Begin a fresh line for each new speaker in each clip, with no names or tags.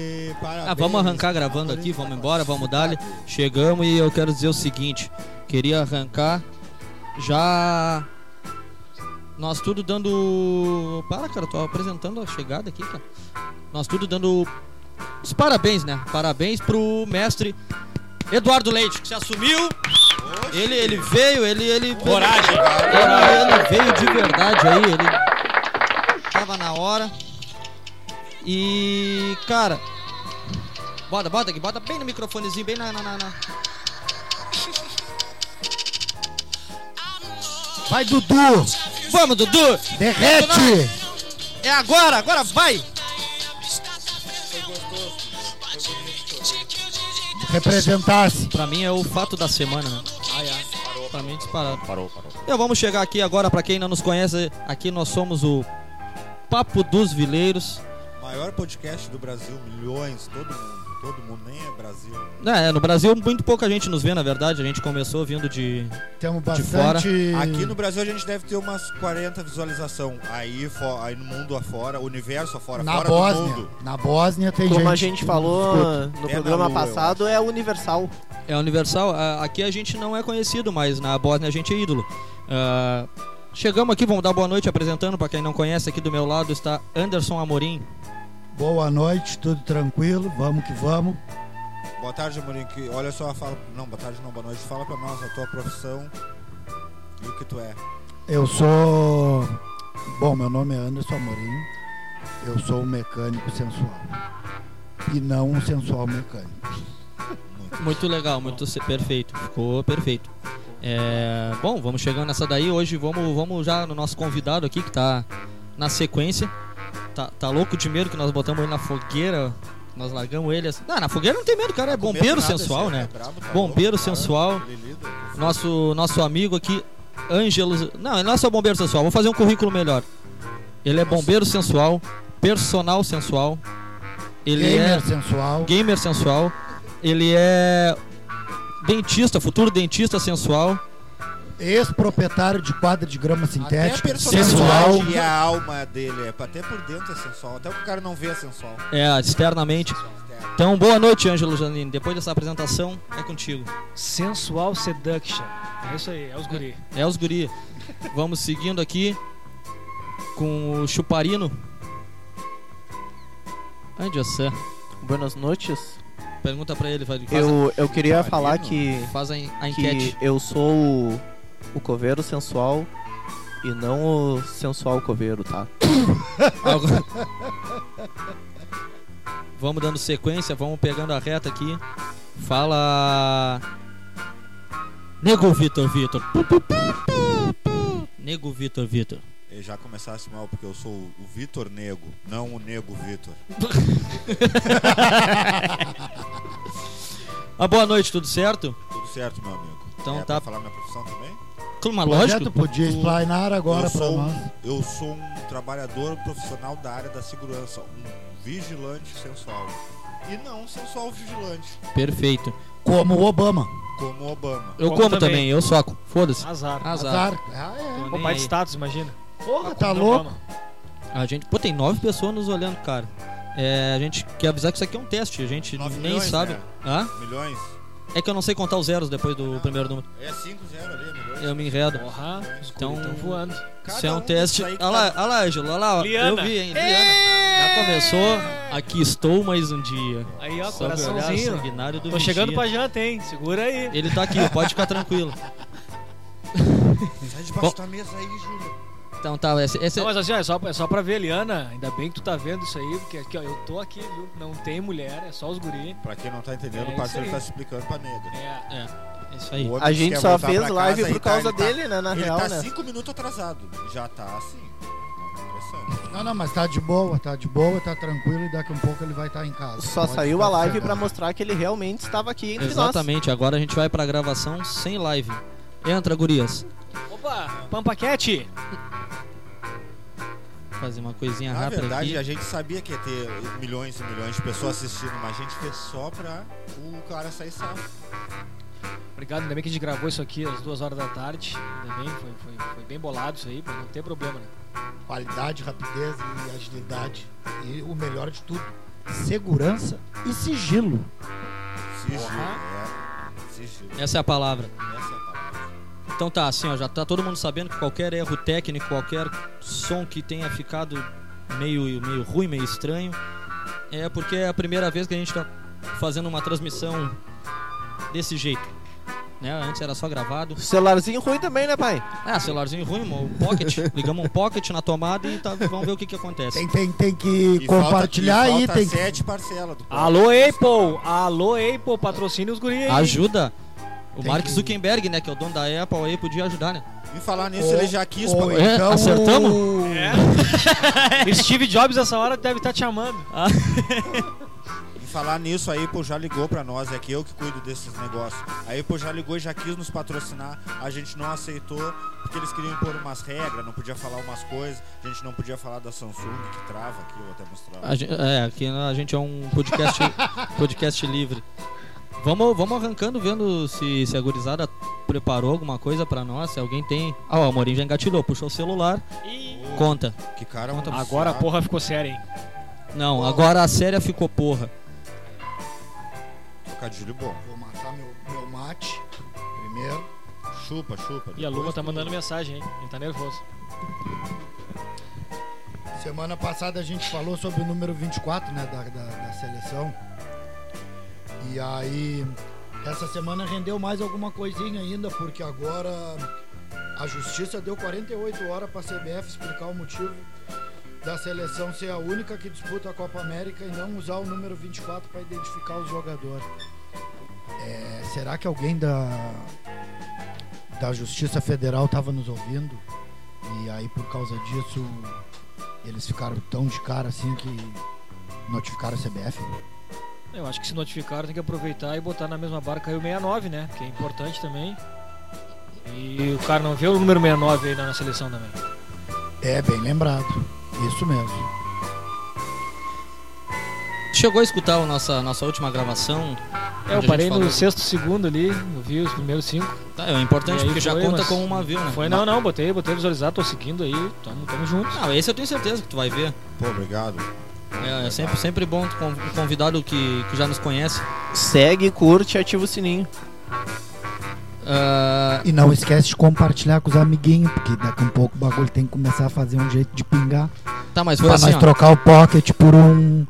E parabéns.
Ah, vamos arrancar gravando aqui, vamos embora, vamos dar. Chegamos e eu quero dizer o seguinte: queria arrancar já. Nós tudo dando. Para, cara, tô apresentando a chegada aqui, cara. Nós tudo dando os parabéns, né? Parabéns pro mestre Eduardo Leite, que se assumiu. Ele, ele veio, ele, ele.
Coragem.
Ele, ele veio de verdade aí, ele. Tava na hora. E. Cara. Bota, bota aqui, bota bem no microfonezinho, bem na. na, na, na.
Vai, Dudu!
Vamos, Dudu!
Derrete!
É agora, agora vai!
Representasse.
Pra mim é o fato da semana, né? Pra mim disparado.
Ah, é. Parou, parou.
Então vamos chegar aqui agora, pra quem não nos conhece, aqui nós somos o Papo dos Vileiros.
Maior podcast do Brasil, milhões, todo mundo. Todo mundo, nem é Brasil.
É, no Brasil muito pouca gente nos vê, na verdade. A gente começou vindo de.
Temos
De fora.
bastante.
Aqui no Brasil a gente deve ter umas 40 visualizações. Aí, fo- aí no mundo afora, universo afora,
Na
fora do
Bósnia.
mundo.
Na Bósnia tem
Como a
gente.
gente falou no
É na
programa
lua,
passado, é universal.
É universal. a- Aqui a gente não é conhecido, mas na Bósnia a gente é ídolo. Ah, chegamos aqui, vamos dar boa noite apresentando. Pra quem não conhece, aqui do meu lado está Anderson Amorim.
Boa noite, tudo tranquilo, vamos que vamos.
Boa tarde, Amorim. que- Olha só, fala. Não, boa tarde não, boa noite. Fala pra nós a tua profissão e o que tu é.
Eu sou. Bom, meu nome é Anderson Amorim. Eu sou um mecânico sensual. E não um sensual mecânico.
Muito legal, muito se- perfeito. Ficou perfeito. É, bom, vamos chegando nessa daí. Hoje vamos, vamos já no nosso convidado aqui que tá na sequência. Tá, tá louco de medo que nós botamos ele na fogueira. Nós largamos ele assim. Ah, na fogueira não tem medo, cara. É bombeiro
Começa nada,
sensual,
esse
né?
é brabo, tá
Bombeiro
louco, cara.
sensual.
Ele lida.
Nosso, nosso amigo aqui, Ângelo. Não, ele não é só bombeiro sensual. Vou fazer um currículo melhor. Ele é bombeiro sensual, personal sensual. Ele
Gamer
é
sensual.
gamer sensual. Ele é dentista, futuro dentista sensual.
Ex-proprietário de quadra de grama
Até a
sintética. Sensual.
personalidade e a alma dele, é, até por dentro é sensual. Até o que o cara não vê é sensual.
É, externamente. Então, boa noite, Ângelo Janine. Depois dessa apresentação, é contigo.
Sensual Seduction. É isso aí, é os guri.
É os guri. Vamos seguindo aqui com o Chuparino. Ande Sam.
Buenas noites.
Pergunta pra ele, vai. Faz,
um
Eu, eu queria
Marino.
falar que,
a, faz a, en- a
que
enquete.
eu sou o, o coveiro sensual e não o sensual coveiro, tá?
Algo- vamos dando sequência, vamos pegando a reta aqui. Fala. Nego Vitor Vitor. Nego Vitor Vitor.
E já começasse mal, porque eu sou o Vitor Nego, não o Nego Vitor.
Ah, boa noite, tudo certo?
Tudo certo, meu amigo?
Então
é
tá.
Pra falar minha profissão também?
Clima
O projeto
lógico.
podia
tu-
explanar agora
eu,
pra
sou,
nós.
um- eu sou um trabalhador profissional da área da segurança, um vigilante sensual. E não um sensual vigilante,
Perfeito.
Como o Obama.
como o Obama.
Eu como,
Como
também.
também,
eu soco. Foda-se.
Azar.
Azar.
Ah, é.
Pô, pai de status, imagina.
Porra, tá
Não,
louco?
calma.
A gente. Pô, tem nove pessoas nos olhando, cara. É, a gente quer avisar que isso aqui é um teste, a gente
Nove
nem
milhões,
sabe.
né?
Hã?
Milhões?
É que eu não sei contar os zeros depois do primeiro número.
É 5-0 ali, milhões.
Eu me enredo.
Porra, os
Então-
guri estão voando.
Isso é um
um
teste.
desses aí que
Olha lá, olha lá, Ângelo, olha lá. ó.
Liana.
Eu vi, hein? Liana. Já começou. Aqui estou mais um dia.
Aí, ó,
Sob o olhar
coraçãozinho.
sanguinário do
Tô chegando pra
vigia.
janta, hein? Segura aí.
Ele tá aqui, pode ficar tranquilo.
Sai
Bom-
debaixo da mesa aí, Júlio.
Então tá, esse, esse
Não, mas assim, ó, é só, é só pra ver, Liana. Ainda bem que tu tá vendo isso aí, porque aqui, ó, eu tô aqui, viu? Não tem mulher, é só os guri.
Pra quem não tá entendendo,
É
o parceiro
isso
tá
aí.
explicando pra nega.
É.
é isso
O
aí.
homem
A
que
gente
quer
só
voltar
fez
pra
live
casa,
por
ele tá-
causa
ele tá-
dele, né? Na
Ele
real,
tá
né?
5 minutos atrasado. Já tá assim. Interessante.
Não, não, mas tá de boa, tá de boa, tá tranquilo e daqui a um pouco ele vai estar em casa.
Só
Pode
saiu
ficar
a live
sossegado.
pra mostrar que ele realmente estava aqui entre
Exatamente, agora a gente vai pra gravação sem live. Entra, gurias.
Opa, Pampaquete.
Fazer uma coisinha
Na
rápida
verdade, a
aqui.
gente sabia que ia ter milhões e milhões de pessoas assistindo, mas a gente fez só pra o cara sair safo.
Obrigado, ainda bem que a gente gravou isso aqui às duas horas da tarde. Ainda bem, foi, foi, foi bem bolado isso aí, pra não ter problema, né?
Qualidade, rapidez e agilidade. E o melhor de tudo, segurança. e sigilo.
Sigilo, é. Sigilo.
Essa é a palavra.
Essa é a palavra.
Então tá, assim, ó, já tá todo mundo sabendo que qualquer erro técnico, qualquer som que tenha ficado meio, meio ruim, meio estranho, é porque é a primeira vez que a gente tá fazendo uma transmissão desse jeito. Né? Antes era só gravado.
Celularzinho ruim também, né, pai?
Ah, celularzinho ruim, mo- o pocket. Ligamos um pocket na tomada e tá- vamos ver o que que acontece.
Tem, tem, tem que
E
compartilhar
falta, e
aí,
falta
tem que.
sete parcelas do
Alô, Apple! Alô, Apple! Patrocina os guri aí.
Ajuda. O
Tem
Mark
que-
Zuckerberg, né, que é o dono da Apple aí, podia ajudar, né?
E falar nisso,
Ou-
ele já quis.
ou
pa-
É,
então,
acertamos?
o-
O Steve Jobs, essa hora, deve estar te amando.
E falar nisso, a Apple já ligou pra nós, é que eu que cuido desses negócios. A Apple já ligou e já quis nos patrocinar, a gente não aceitou, porque eles queriam impor umas regras, não podia falar umas coisas, a gente não podia falar da Samsung, que trava aqui, eu vou até mostrar.
A gente, é, aqui a gente é um podcast, podcast livre. Vamos, vamos arrancando, vendo se, se a gurizada preparou alguma coisa pra nós, se alguém tem. Ah, ó, o Amorim já engatilhou, puxou o celular, conta.
Ah,
Que cara um
Conta
abusado.
Agora a porra ficou séria, hein?
Não, agora a séria ficou porra.
Trocadilho bom.
Vou matar meu, meu mate primeiro.
Chupa, chupa.
E a Luma
depois
tá
tu-
mandando mensagem, hein? Ele tá nervoso.
Semana passada a gente falou sobre o número 24, né, da, da, da seleção. E aí, essa semana rendeu mais alguma coisinha ainda, porque agora a justiça deu 48 horas para a CBF explicar o motivo da seleção ser a única que disputa a Copa América e não usar o número 24 para identificar os jogadores. É, será que alguém da, da Justiça Federal estava nos ouvindo? E aí, por causa disso, eles ficaram tão de cara assim que notificaram a CBF.
Eu acho que se notificaram, tem que aproveitar e botar na mesma barca aí o 69, né? Que é importante também. E o cara não vê o número 69 aí na seleção também.
É, bem lembrado. Isso mesmo.
Chegou a escutar a nossa, nossa última gravação? onde
É, eu
a
parei
gente
no
falou-
sexto segundo ali, eu vi os primeiros cinco.
Tá, é importante
E aí
porque já
foi,
conta
mas-
com uma view, né?
Foi, não, não, botei, botei visualizar, tô seguindo aí, tamo, tamo juntos.
Não, esse eu tenho certeza que tu vai ver.
tá-
Pô, obrigado.
É, é sempre, sempre bom tu con- um convidado que, que já nos conhece.
Segue, curte e ativa o sininho.
Ah,
E não esquece de compartilhar com os amiguinhos, porque daqui a um pouco o bagulho tem que começar a fazer um jeito de pingar.
tá, mas foi
Pra
assim,
nós
ó.
trocar o pocket por um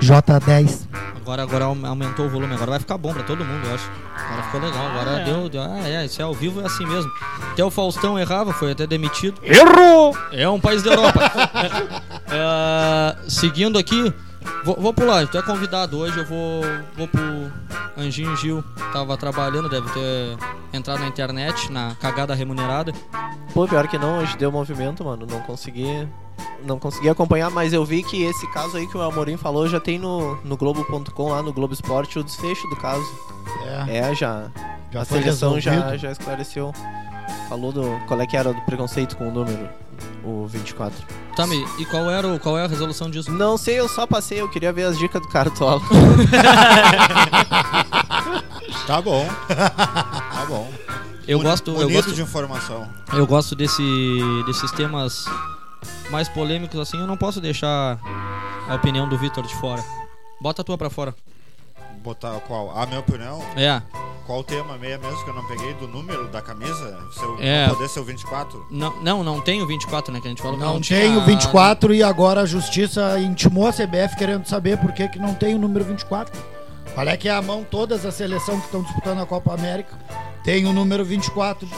J10.
Agora, agora aumentou o volume, agora vai ficar bom pra todo mundo, eu acho. Agora ficou legal, agora
é.
deu, deu. Ah, é, isso é ao vivo, é assim mesmo. Até o Faustão errava, foi até demitido.
Errou!
É um país da Europa. Ah, seguindo aqui, vou, vou pular, tu é convidado hoje, eu vou, vou pro Anjinho Gil, tava trabalhando, deve ter entrado na internet, na cagada remunerada.
Pô, pior que não, hoje deu movimento, mano. Não consegui. Não consegui acompanhar, mas eu vi que esse caso aí que o Amorim falou já tem no, no Globo.com, lá no Globo Esporte, o desfecho do caso. É, já. a seleção já, já esclareceu. Falou do. Qual é que era do preconceito com o número? O 24.
Tá, me, e qual era o, qual é a resolução disso?
Não sei, eu só passei, eu queria ver as dicas do Cartola.
Tá bom. tá bom.
Eu
Boni-
gosto, eu
Bonito
gosto
de informação.
Eu gosto desse, desses temas mais polêmicos assim, eu não posso deixar a opinião do Vitor de fora. Bota a tua pra fora.
Botar qual? A minha opinião,
É,
qual o tema meia mesmo que eu não peguei do número da camisa? Se eu
É.
não poder ser o 24?
não, não, não tem o 24, né, que a gente falou. que
Não,
tinha-
tem o 24 e agora a justiça intimou a CBF querendo saber por que, que não tem o número 24. Qual é que é a mão todas as seleções que estão disputando a Copa América tem o número 24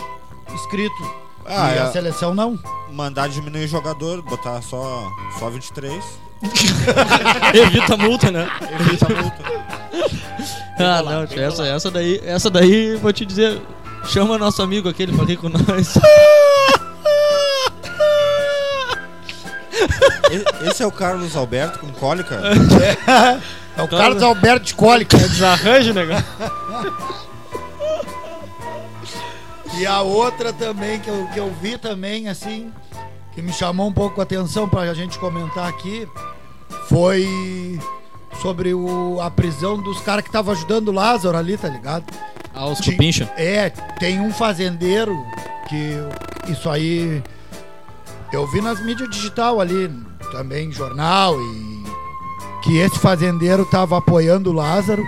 escrito.
Ah,
e
é.
a seleção não.
mandar diminuir o jogador, botar só, só 23.
Evita a multa, né?
Evita a multa.
Ah, não, essa, essa daí, essa daí, vou te dizer, chama nosso amigo aquele pra rir com nós.
E- Esse é o Carlos Alberto com cólica?
É o Carlos Alberto de Cólica.
É Desarranjo, negócio.
E a outra também que eu, que eu vi também, assim, que me chamou um pouco a atenção pra gente comentar aqui, foi sobre o- a prisão dos caras que estavam ajudando o Lázaro ali, tá ligado?
Ah, os
Ti-
cupincha.
É, tem um fazendeiro que isso aí eu vi nas mídias digital ali, também jornal e que esse fazendeiro estava apoiando o Lázaro,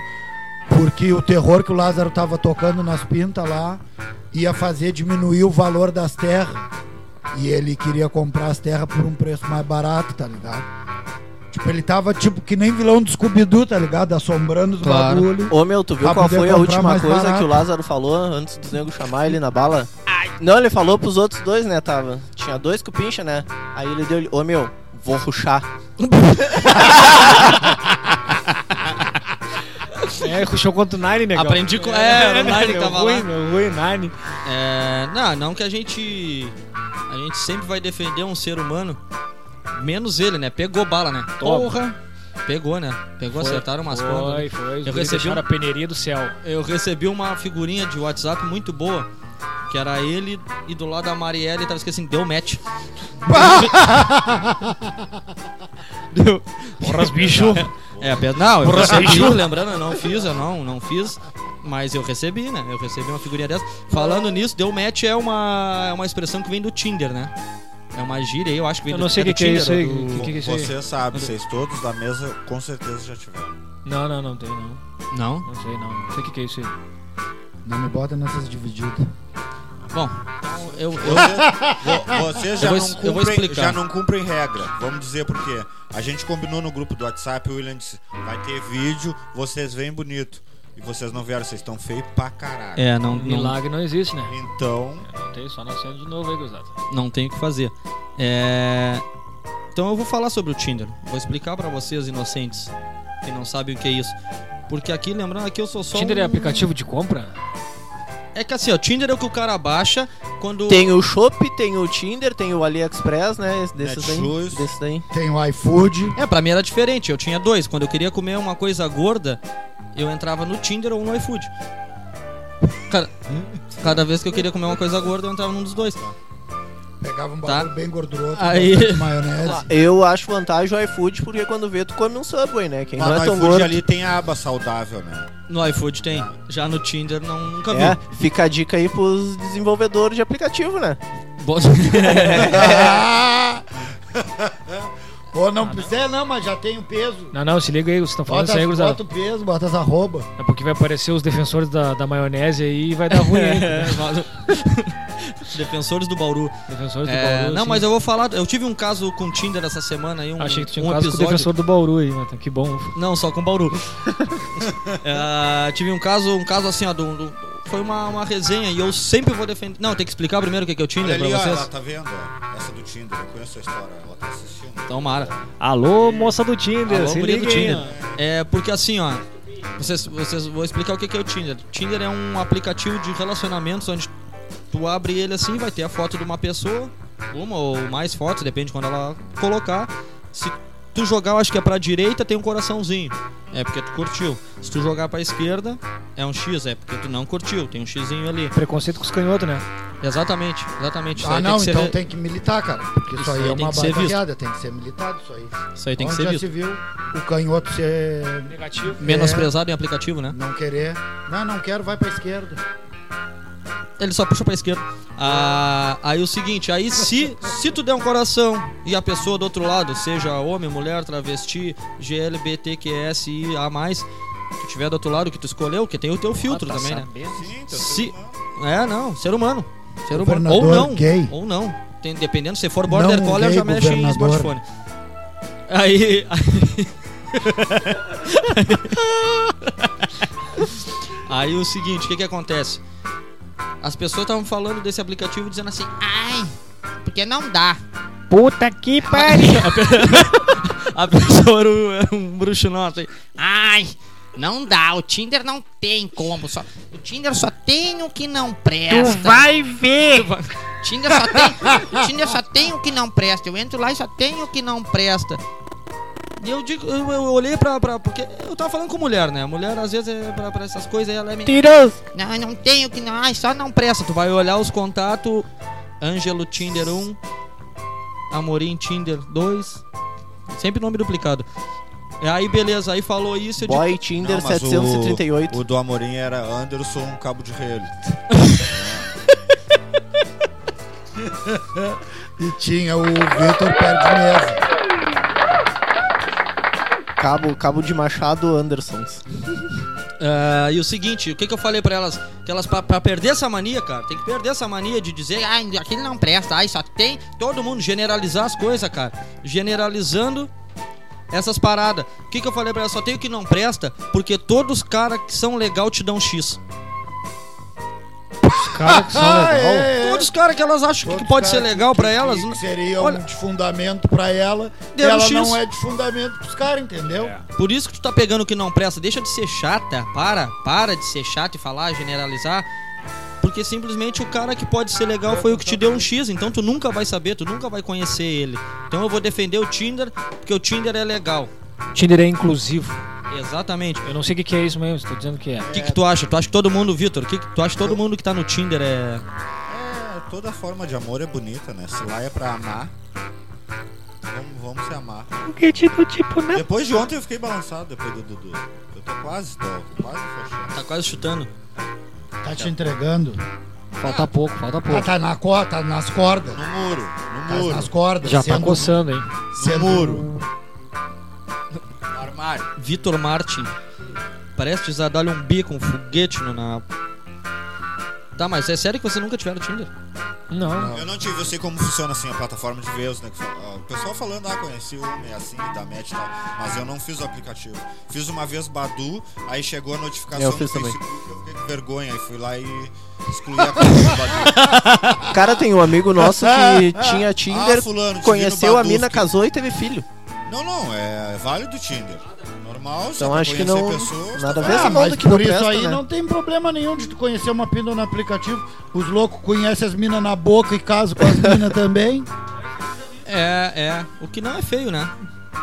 porque o terror que o Lázaro estava tocando nas pintas lá ia fazer diminuir o valor das terras. E ele queria comprar as terras por um preço mais barato, tá ligado? Tipo, ele tava tipo que nem vilão do Scooby-Doo, tá ligado? Assombrando os
Claro.
bagulho.
Ô meu, tu viu
Pra
qual
poder
foi a
comprar
última
mais
coisa
barato.
que o Lázaro falou antes dos negros chamar ele na bala? Não, ele falou pros outros dois, né? Tava. Tinha dois cupincha, né? Aí ele deu. Ô meu, vou ruxar.
É, puxou contra o Nine, negão.
Aprendi com- é, era o Nine que
meu,
tava lá.
ruim, Meu ruim, Nine.
É, não, não que a gente. A gente sempre vai defender um ser humano. Menos ele, né? Pegou bala, né?
Toma.
Porra! Pegou, né? Pegou,
Foi,
acertaram umas contas. né?
Foi, foi.
Eu
Eu
recebi
recebi a peneirinha do céu.
Eu recebi uma figurinha de WhatsApp muito boa. Que era ele e do lado da Marielle tava esquecendo, deu match. deu.
Porra, os bichos.
É, Pedro, não, eu
Porra,
recebi,
bicho.
lembrando, eu não fiz, eu não, não fiz, mas eu recebi, né? Eu recebi uma figurinha dessa. Falando nisso, deu match é uma, é uma expressão que vem do Tinder, né? É uma gíria aí, eu acho que vem
Eu
do
não sei
do
o que que é
Tinder,
isso aí,
do-
que- que- isso aí?
Você sabe, vocês todos da mesa com certeza já tiveram.
Não, não, não tem, não.
Não?
Não sei, não. Não sei o que, que é isso aí.
Não me bota nessas divididas.
Bom, então eu, eu-
Vocês, vo- vocês já,
Eu vou
não
es- eu vou
cumprem,
explicar.
já não cumprem regra. Vamos dizer por quê. A gente combinou no grupo do WhatsApp, o William disse: vai ter vídeo, vocês veem bonito. E vocês não vieram, vocês estão feios pra caralho.
É, não, não,
Milagre não existe, né?
Então,
Não tem, só nascendo de novo aí, gozado.
não tem o que fazer. É, Então eu vou falar sobre o Tinder. Vou explicar pra vocês, inocentes, que não sabem o que é isso. Porque aqui, lembrando, aqui eu sou só
Tinder é
um-
aplicativo de compra?
É que assim, ó, Tinder é o que o cara baixa quando...
Tem o Shop, tem o Tinder, tem o AliExpress, né? esse- Desses aí.
Netshoes.
Desses aí.
Tem o iFood.
É, pra mim era diferente. Eu tinha dois. Quando eu queria comer uma coisa gorda, eu entrava no Tinder ou no iFood. Cara, cada vez que eu queria comer uma coisa gorda, eu entrava num dos dois.
Pegava um
Tá.
bagulho bem gorduroso.
Aí-
bastante Maionese.
Eu acho vantagem o iFood, porque quando vê, tu come um Subway, né? Quem não
lá
é
Ah, no
tão
iFood
gordo.
ali tem a aba saudável, né?
No iFood tem. Já no Tinder, não, nunca vi.
É, fica a dica aí pros desenvolvedores de aplicativo, né?
Bota-
Pô, não precisa não, mas já tem o peso.
Não, não, se liga aí, vocês estão falando
Bota,
isso aí,
bota
gurizada.
o peso, bota as arroba.
É porque vai aparecer os defensores da, da maionese aí e vai dar ruim, hein?
É, vale. Defensores do Bauru.
Defensores do
É,
Bauru.
não,
sim.
mas eu vou falar. Eu tive um caso com Tinder essa semana aí. Um,
Achei que tu tinha
um
um, caso
episódio.
com o defensor do Bauru aí, Matan. Que bom.
Não, só com Bauru. É, tive um caso, um caso assim, ó, do, do- foi uma, uma resenha e eu sempre vou defender. Não, tem que explicar primeiro o que que é o
Olha
Tinder
ali,
pra
ó,
vocês.
ela tá vendo? ó. Essa do Tinder, eu conheço a história, ela tá assistindo.
Tomara.
Alô, moça do Tinder.
Alô,
se
guria
liga
do
aí,
Tinder.
ó.
É porque assim, ó. Vocês, vocês vou explicar o que que é o Tinder. Tinder é um aplicativo de relacionamentos onde tu abre ele assim, vai ter a foto de uma pessoa, uma ou mais fotos, depende de quando ela colocar. Se tu jogar, eu acho que é pra direita, tem um coraçãozinho. É porque tu curtiu. Se tu jogar pra esquerda, é um X, é porque tu não curtiu, tem um xizinho ali.
Preconceito com os canhotos, né?
Exatamente, exatamente. Isso
Ah,
aí
não,
tem que
então
ser,
tem que militar, cara. Porque isso,
Isso
aí
aí
é
tem
uma
que ser
baita
visto.
piada, tem que ser militado isso aí.
Isso aí tem que
Onde
ser
já
visto.
se viu o canhoto ser
Negativo.
é.
Menosprezado em aplicativo, né?
não querer. Não, não quero, vai pra esquerda.
Ele só puxa pra esquerda. Ah, aí o seguinte, aí se, se tu der um coração e a pessoa do outro lado, seja homem, mulher, travesti, GLBTQSIA+, tu tiver do outro lado que tu escolheu, que tem o teu filtro também, né?
Sim, tá
Se-
tudo
É, não, ser humano. Ser humano.
Governador
Ou não.
gay.
Ou não. Tem- dependendo, se for border
Não
collie,
gay
já mexe em
governador.
smartphone. Aí. aí- Aí o seguinte, o que que acontece? As pessoas estavam falando desse aplicativo dizendo assim, ai, porque não dá.
Puta que pariu.
A pessoa era um, era um bruxo nosso aí. Ai, não dá, o Tinder não tem como. Só, o Tinder só tem o que não presta.
vai ver.
Tinder só tem, o Tinder só tem o que não presta. Eu entro lá e só tem o que não presta. E eu digo, eu, eu olhei pra, pra- Porque eu tava falando com mulher, né? Mulher às vezes é pra, pra essas coisas ela é meio.
Tiros.
Não, não tem o que não. Ai, só não presta. Tu vai olhar os contatos. Ângelo Tinder 1. Amorim Tinder 2. Sempre nome duplicado. É, Aí beleza, aí falou isso. Eu digo,
Boy Tinder
Não, mas
738.
O, o do Amorim era Anderson Cabo de Relho.
E tinha o Vitor Perdineza.
Cabo, Cabo de Machado Andersons.
Ah, e o seguinte, o que, que eu falei pra elas? Que elas, pra, pra perder essa mania, cara, tem que perder essa mania de dizer, ah, aquele não presta, ai, só tem todo mundo generalizar as coisas, cara. Generalizando essas paradas. O que, que eu falei pra elas? Só tem o que não presta, porque todos os caras que são legal te dão X.
Os caras
Ah,
que são
é,
legal.
Todos os caras que elas acham que
É. Todos
pode
os
ser
caras
legal pra
que-
elas.
que
né?
Seria
Olha-
um de fundamento pra ela. e
Deram
ela
X.
não é de fundamento pros caras, entendeu?
Por isso que tu tá pegando o que não presta. Deixa de ser chata. Para. Para de ser chata e falar, generalizar. Porque simplesmente o cara que pode ser legal foi o que te deu um X. Então tu nunca vai saber, tu nunca vai conhecer ele. Então eu vou defender o Tinder, porque o Tinder é legal.
Tinder é inclusivo.
Exatamente.
Eu não sei o que, que é isso mesmo, tô dizendo que é.
O que, que tu acha? Tu acha que todo mundo, Vitor? o Que que tu acha que todo mundo que tá no Tinder é.
É, toda forma de amor é bonita, né? Se lá é pra amar, vamos, vamos se amar.
Porque, tipo, tipo, né?
Depois de ontem eu fiquei balançado depois do Dudu. Eu tô quase, tô, tô quase fechando.
Tá quase chutando.
Tá te entregando.
Falta pouco, falta
Ah,
pouco.
tá na corda, tá nas cordas.
No muro, no
Tá
muro,
nas cordas.
Já tá
sendo-
coçando, hein?
sendo-
no muro. No armário.
Vitor Martin. Parece a dar-lhe um bico, um foguete no na. Tá, mas é sério que você nunca tiveram Tinder?
Não.
Eu não tive, eu sei como funciona assim a plataforma de ver os nego- ah, O pessoal falando, ah, conheci o homem assim, da match e tal. Mas eu não fiz o aplicativo. Fiz uma vez Badu, aí chegou a notificação
É, Eu
no
fiz também.
Facebook, eu fiquei com vergonha e fui lá e excluí a conta do Badu.
Cara, tem um amigo nosso que tinha Tinder,
Ah, fulano, te vi no
conheceu a
Badu,
mina,
fiquei-
casou e teve filho.
Não, não, é válido o Tinder. Normal,
Então
você
acho que
conhecer
não-
pessoas,
nada
tá
a ver.
bom.
Essa
Ah,
banda
mas
que não
por isso
presta,
aí
né?
não tem problema nenhum de tu conhecer uma pinda no aplicativo. Os loucos conhecem as minas na boca e casam com as minas também.
É, é. O que não é feio, né?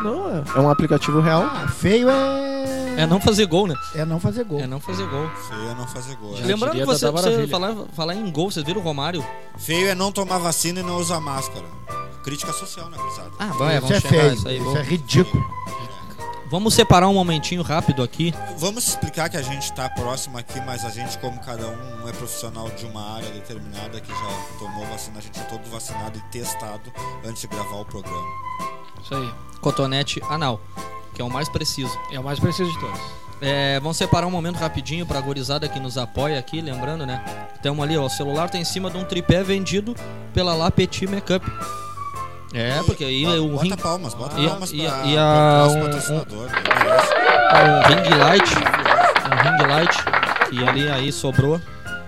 Não, é. É um aplicativo real.
Ah, feio é...
É não fazer gol, né?
É não fazer gol.
É não fazer gol.
Feio é não fazer gol.
Já
é.
Lembrando que
diria
você,
Dada
você
Maravilha.
falar, falar em gol, vocês viram o Romário?
Feio é não tomar vacina e não usar máscara. Crítica social, né, cruzada?
Ah,
isso
vai,
é
vamos chegar
feio,
isso aí.
isso
vamos-
é ridículo.
Vamos separar um momentinho rápido aqui.
Vamos explicar que a gente tá próximo aqui, mas a gente, como cada um é profissional de uma área determinada que já tomou vacina, a gente é todo vacinado e testado antes de gravar o programa.
Isso aí.
Cotonete anal, que é o mais preciso.
É o mais preciso de todos.
É, vamos separar um momento rapidinho pra gorizada que nos apoia aqui, lembrando, né? Tamo ali, ó. O celular tá em cima de um tripé vendido pela La Petit Makeup. É, porque aí
Bota-
o
bota
ring,
palmas, bota
E-
palmas
e-
pra,
e a-
pra nosso
um-
patrocinador. né? ele merece.
um ring light, um ring light, e ali aí sobrou,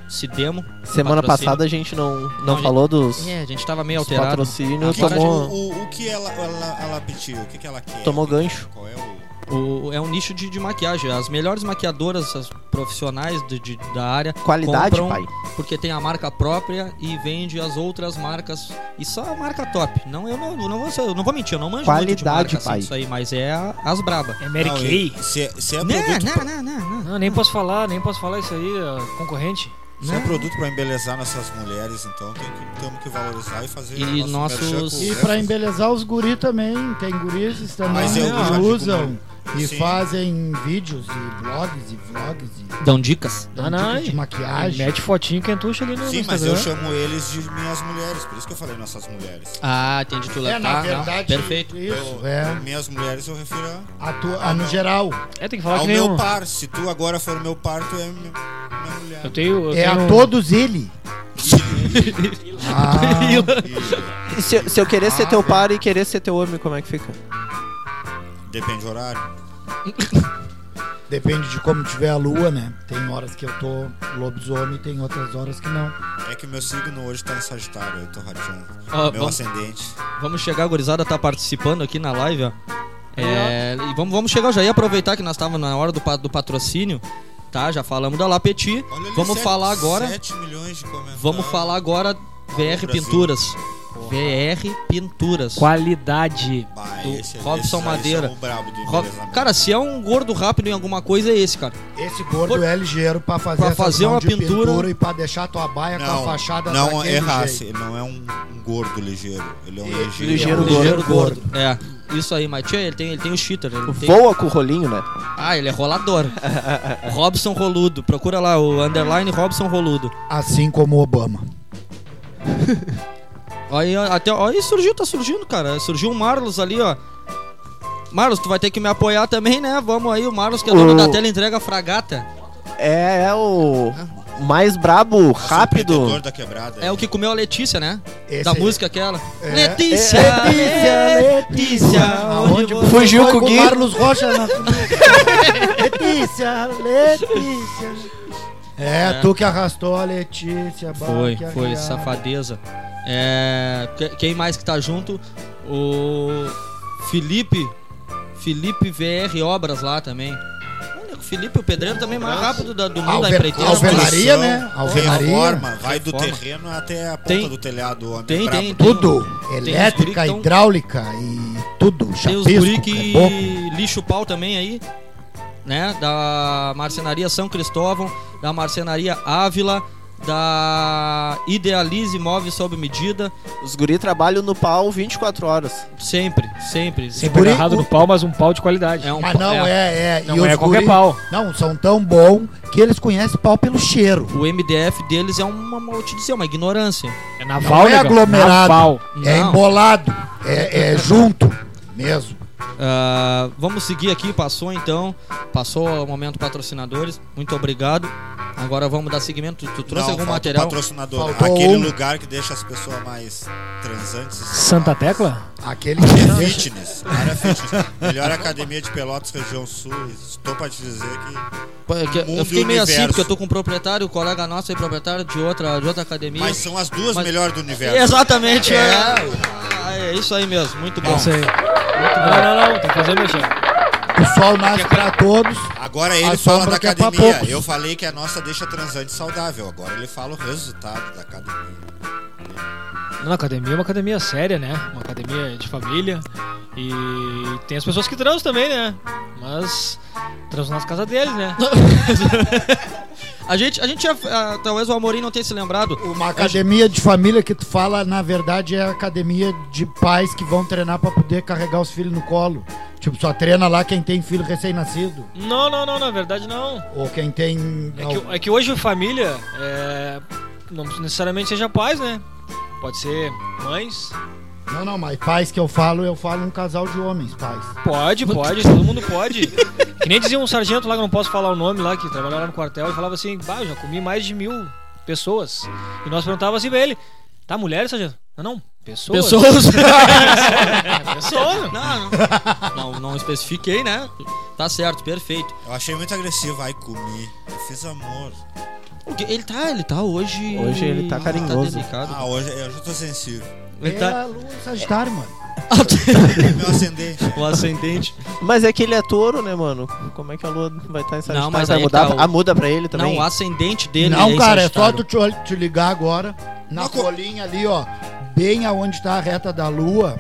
se demo.
Semana
Patrocínio.
passada a gente não, não
Não,
falou dos,
É, a gente tava meio
dos
alterado.
patrocínios,
Que-
Agora
o,
tomou,
o- o que ela, ela, ela pediu? O que, que ela quer?
tomou gancho.
Qual é o.
O- é um nicho de, de maquiagem. As melhores maquiadoras, as profissionais de- de- da área,
Qualidade,
Compram-
pai.
porque tem a marca própria e vende as outras marcas. E só a marca top. Não, eu não, eu não, vou, ser- eu não vou mentir, eu não manjo muito de
Qualidade,
marca, assim,
pai.
disso aí, mas é a- as braba. Né,
É Mary
Não,
Kay.
ele- Se, é- se é
Não,
produto
não, não, não, não.
Não, nem posso falar, nem posso falar isso aí, ó, concorrente.
Isso
Né?
é produto pra embelezar nossas mulheres, então tem que, temos que valorizar e fazer.
E
nosso
nossos-
merchan com
E
o
pra
resto.
embelezar os guri também, tem guris também
né? Mas eu já
que
digo
usam
muito.
e
Sim.
fazem vídeos e blogs e vlogs e
Dão dicas.
dão
Ah, não,
dicas de
e-
maquiagem.
Mete fotinho quentucha ali no no
Sim, mas
Instagram.
eu chamo eles de minhas mulheres, por isso que eu falei nossas mulheres.
Ah, entendi tu
É,
levar.
na
não,
verdade,
perfeito.
isso, é.
Minhas mulheres eu refiro a-
A tua- a no geral,
É, tem que falar
ao
que nem
meu
um...
par. Se tu agora for meu par, tu é mi- minha mulher.
Eu tenho... Eu
é
tenho
a
um-
todos ele. Ah,
E
E se, eu- se eu querer ser teu par e querer ser teu homem, como é que fica?
depende do horário.
Depende de como tiver a lua, né? Tem horas que eu tô lobisomem, tem outras horas que não.
É que meu signo hoje tá em Sagitário, eu tô radiando.
Ó,
meu
Ah, vamos-
ascendente.
Vamos chegar, a gurizada tá participando aqui na live, ó. É, e vamos, vamos chegar, já ia aproveitar que nós estávamos na hora do, pa- do patrocínio, tá? Já falamos da La Petit.
Olha ali,
Vamos
sete-
falar agora.
sete milhões de comentários.
Vamos falar agora VR
Brasil.
Pinturas. VR Pinturas.
Qualidade.
Bah,
do
esse,
Robson
esses aí
Madeira.
são o brabo do
Ro-
embelezamento.
Cara, se é um gordo rápido em alguma coisa, é esse, cara.
Esse gordo
Por-
é ligeiro pra fazer,
pra
essas
fazer
mãos
uma
de
pintura-
e pra deixar tua baia é com a fachada
não
daquele
é raça,
jeito.
ele não é um, um gordo ligeiro, ele é um
Ele-
ligeiro.
ligeiro
Ligeiro
gordo.
gordo.
É, isso aí, mas tchê, ele tem, ele tem o cheater. Ele tem...
Voa com o rolinho, né?
Ah, ele é rolador. Robson Roludo. Procura lá o underline Robson Roludo.
Assim como o Obama.
Aí, ó, até, ó, aí surgiu, tá surgindo, cara. Surgiu o Marlos ali, ó. Marlos, tu vai ter que me apoiar também, né? Vamos aí, o Marlos que é dono
O-
da tela entrega a fragata.
É, é o mais brabo,
Nosso
rápido.
é um protetor da quebrada.
É o que comeu a Letícia, né?
Esse
da
aí.
música aquela.
É.
Letícia!
É,
Letícia!
Aonde
você-
Fugiu
foi
com o Gui.
Carlos Rocha na... Letícia, Letícia. É,
É.
tu que arrastou a Letícia. bah,
Foi,
que
foi,
arreada.
safadeza. É, que- quem mais que tá junto? O Felipe. Felipe VR Obras lá também. Olha, o Felipe, o pedreiro também mais rápido da- do mundo é da
Alve-
empreiteira.
alvenaria,
Construção,
né? Alvenaria.
Reforma, vai do
Reforma.
terreno até a ponta
Tem-
do telhado. homem,
Tem,
brabo.
tem, tem.
Tudo.
guri
Elétrica,
que tão-
hidráulica e tudo.
Tem
Chapisco,
os guri
é
que
pouco.
lixa o pau também aí, né? Da Marcenaria São Cristóvão, da Marcenaria Ávila, da Idealize Imóveis Sob Medida,
Os guri trabalham no pau 24 horas.
sempre, sempre.
Sim.
Sempre
Por
agarrado
isso-
no pau, mas um pau de qualidade.
É um
Mas
pa-
não,
é.
é, é.
Não é
os
qualquer
guri-
pau.
Não, são tão bom que eles conhecem pau pelo cheiro.
O MDF deles é uma, vou te dizer, uma ignorância.
É naval,
Não é
nega.
aglomerado.
Naval.
É
Não.
embolado. É, é junto mesmo.
Ah, vamos seguir aqui, passou então. Passou o momento patrocinadores. Muito obrigado. Agora vamos dar seguimento. Tu, tu trouxe
Não,
algum
falta o
material?
um Patrocinador.
Faltou
Aquele
um.
lugar que deixa as pessoas mais transantes.
Santa Tecla?
Aquele
É
que
Fitness, área fitness. Melhor academia de Pelotas, região sul. Estou pra te dizer que.
Pô, é que eu-
Mundo
eu fiquei
e
meio assim,
universo.
porque eu tô com um proprietário, um colega nosso aí, proprietário de outra, de outra academia.
Mas são as duas
Mas-
melhores do universo.
Exatamente, é. Ah, é isso aí mesmo, muito bom.
É isso aí. Não, não, não. Tem que fazer mexer.
o sol nasce
é
pra todos.
Agora ele
A
fala
sombra
da
que é pra
academia.
poucos.
Eu falei que a nossa deixa transante saudável. Agora ele fala o resultado da academia.
Não, academia é uma academia séria, né? Uma academia de família. E tem as pessoas que transam também, né? Mas transam nas casas deles, né?
A gente, a gente já, ah, talvez o Amorim não tenha se lembrado.
Uma academia de família que tu fala, na verdade, é a academia de pais que vão treinar pra poder carregar os filhos no colo. Tipo, só treina lá quem tem filho recém-nascido.
Não, não, não. Na verdade, não.
Ou quem tem.
É que, é que hoje família é, não necessariamente seja pais, né? Pode ser mães.
Não, não, mas pais que eu falo, eu falo um casal de homens, pais.
Pode, pode, todo mundo pode. Que nem dizia um sargento lá que eu não posso falar o nome lá, que trabalhava lá no quartel, e falava assim, bah, eu já comi mais de mil pessoas. E nós perguntávamos assim pra ele, tá mulher, sargento? Não, não, pessoas.
Pessoas.
É,
não,
pessoas.
não, não, não especifiquei, né? Tá certo, perfeito.
Eu achei muito agressivo. Ai, comi. Eu fiz amor.
O que- Ele tá, ele tá hoje.
Hoje ele tá carinhoso.
delicado.
Ah, hoje hoje eu tô sensível.
ele
é
tá.
a lua em sagitário, mano.
É meu ascendente.
o ascendente.
Mas é que ele é touro, né, mano? Como é que a lua vai estar em Sagitário?
mas
vai
aí é que
mudar?
tá o-
Ah, muda pra ele também?
Não, o ascendente dele é
não,
em
cara, é só
Sagitário.
tu te, ol- te ligar agora na
Não, co-
colinha ali, ó. Bem aonde tá a reta da lua.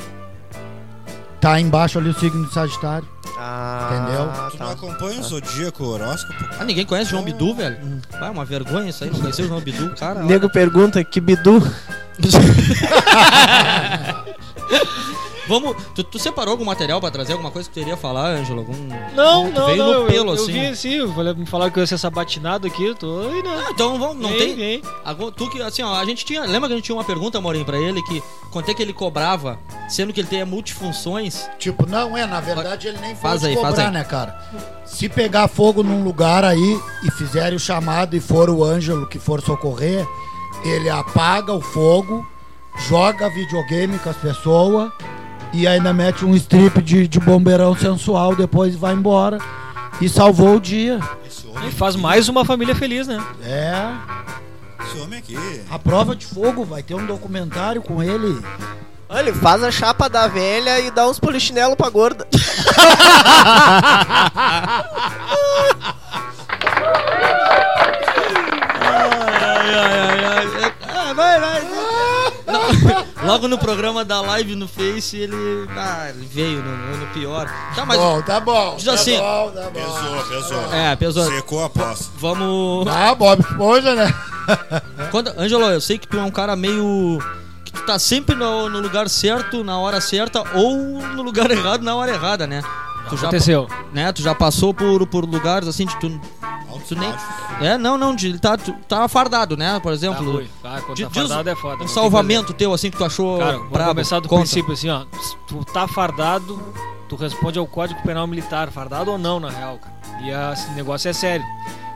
Tá embaixo ali o signo de Sagitário.
Ah,
tu não
Tá.
acompanha o Zodíaco, o horóscopo?
Ah, ninguém conhece João Bidu, velho? Vai, uma vergonha isso aí, não conheceu o João Bidu, cara. olha.
Nego pergunta que bidu.
Vamos. Tu, tu separou algum material pra trazer? Alguma coisa que tu iria falar, Ângelo? Algum... Ah,
Não,
Tu
não,
veio
não,
no
eu,
pelo,
eu
assim.
vi assim, eu falei- me falaram que eu ia ser sabatinado aqui, eu tô aí, né?
Ah, então vamos, não
Vem,
tem.
vem.
Agora, tu que, assim, ó, a gente tinha. Lembra que a gente tinha uma pergunta, Morim, pra ele, que quanto é que ele cobrava, sendo que ele tem multifunções?
Tipo, não é, na verdade ele nem
Faz
pode
aí,
cobrar,
faz aí.
né, cara? Se pegar fogo num lugar aí e fizerem o chamado e for o Ângelo que for socorrer, ele apaga o fogo, joga videogame com as pessoas e ainda mete um strip de, de bombeirão sensual, depois vai embora e salvou o dia.
Esse
E
homem,
faz mais uma família feliz, né?
É,
esse homem aqui.
a prova de fogo, vai ter um documentário com ele.
Olha, ele faz a chapa da velha e dá uns polichinelo pra gorda.
Ai, ai, ai, ai. Ah, vai, vai. Não, logo no programa da live no Face, ele. Ah, ele veio no, no pior. Tá, mas.
bom, tá bom.
Diz
tá
assim-
bom, tá bom.
Pesou, pesou.
É, pesou.
Secou a posse.
Vamos.
Ah, Bob Esponja, né?
Quando, Ângelo, eu sei que tu é um cara meio. que tu tá sempre no, no lugar certo, na hora certa, ou no lugar errado, na hora errada, né? Tu já,
Aconteceu.
né, tu já passou por, por lugares assim de tu.
Altos
Tu nem.
baixos.
É, não, não, de, tá, tu tá fardado, né? Por
Tá
exemplo.
ruim. Ah, quando
Di-
tá
diz
fardado é foda. não
um
tem
salvamento teu assim que tu achou
Cara, vou
brabo.
começar do
Conta.
princípio assim, ó. Tu tá fardado, tu responde ao Código Penal Militar, fardado ou não, na real, cara. E ah, esse negócio é sério.